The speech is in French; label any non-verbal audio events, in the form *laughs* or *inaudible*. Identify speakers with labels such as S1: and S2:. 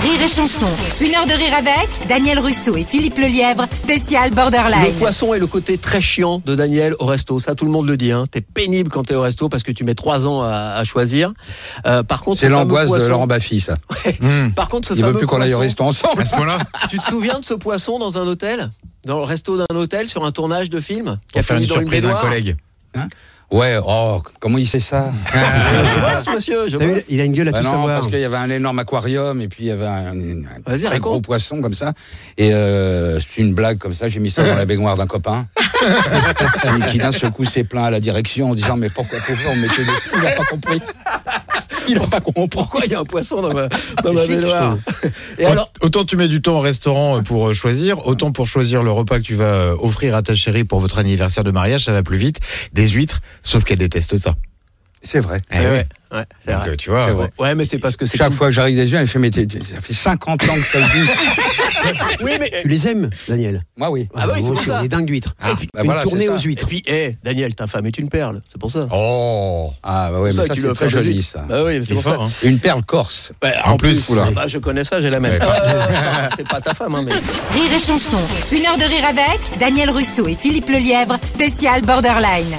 S1: Rire et chanson. Une heure de rire avec Daniel Russo et Philippe Lelièvre, spécial
S2: Le
S1: Borderline.
S2: poisson est le côté très chiant de Daniel au resto. Ça, tout le monde le dit. Hein. T'es pénible quand t'es au resto parce que tu mets trois ans à, à choisir. Euh, par contre,
S3: C'est
S2: ce fameux
S3: l'angoisse de
S2: poisson-
S3: Laurent Baffy, ça.
S2: *laughs* Par contre, ce
S3: Il veut
S2: fameux
S3: plus qu'on aille au
S2: poisson-
S3: resto ensemble.
S4: *laughs*
S2: Tu te souviens de ce poisson dans un hôtel, dans le resto d'un hôtel sur un tournage de film, qui a
S4: faire
S2: fini
S4: une
S2: dans une
S4: surprise à un
S2: baignoire
S4: collègue.
S3: *laughs* Ouais, oh, comment il sait ça
S2: *laughs* Je bosse, monsieur. Je
S5: T'as vu,
S2: bosse.
S5: il a une gueule à
S3: Bah
S5: tout
S3: non,
S5: savoir.
S3: parce qu'il y avait un énorme aquarium et puis il y avait un, un
S2: Vas-y,
S3: très
S2: raconte.
S3: gros poisson comme ça. Et euh, c'est une blague comme ça, j'ai mis ça dans la baignoire
S2: *laughs*
S3: d'un copain qui, qui d'un seul coup s'est plaint à la direction en disant mais pourquoi, pourquoi on mettait des... Il n'a pas compris. Il n'a pas compris.
S2: Pourquoi il y a un poisson dans ma, dans ma
S5: Chic, je
S2: baignoire *laughs* Et
S4: Aut-
S2: alors,
S4: autant tu mets du temps au restaurant euh, pour euh, choisir, autant pour choisir le repas que tu vas euh, offrir à ta chérie pour votre anniversaire de mariage, ça va plus vite. Des huîtres, sauf qu'elle déteste ça.
S3: C'est vrai.
S4: Eh oui.
S2: ouais, c'est
S4: Donc
S2: vrai.
S4: euh, tu vois,
S3: C'est vrai.
S2: Ouais, mais c'est parce que c'est.
S3: Chaque fois que j'arrive des yeux, elle fait mais t'es- ça fait 50 ans que tu le dis.
S5: Oui, mais tu les aimes, Daniel.
S3: Moi oui.
S2: Ah bah
S5: moi
S2: oui, c'est pour
S5: aussi,
S2: ça. Ah.
S5: on est dingue d'huîtres.
S2: Et puis,
S3: Bah
S5: une
S3: voilà,
S5: tournée
S3: c'est ça.
S5: aux
S2: et
S5: huîtres.
S2: puis, eh, Daniel, ta femme est une perle. C'est pour ça.
S4: oh,
S3: Ah bah ouais,
S2: C'est
S3: mais
S2: pour
S3: ça
S2: que tu
S3: c'est
S2: le
S3: très
S2: fais aux
S3: joli
S2: huîtres.
S3: ça.
S2: Bah oui, c'est
S4: il est
S2: pour ça.
S4: fort. hein.
S3: Une perle corse.
S2: Ouais,
S4: En plus, oula.
S2: ah bah, je connais ça, j'ai la même.
S4: Ouais.
S2: Euh, *laughs* c'est pas ta femme, hein, mais.
S1: Rire et chanson. Une heure de rire avec Daniel Russo et Philippe Lelièvre, spécial Borderline.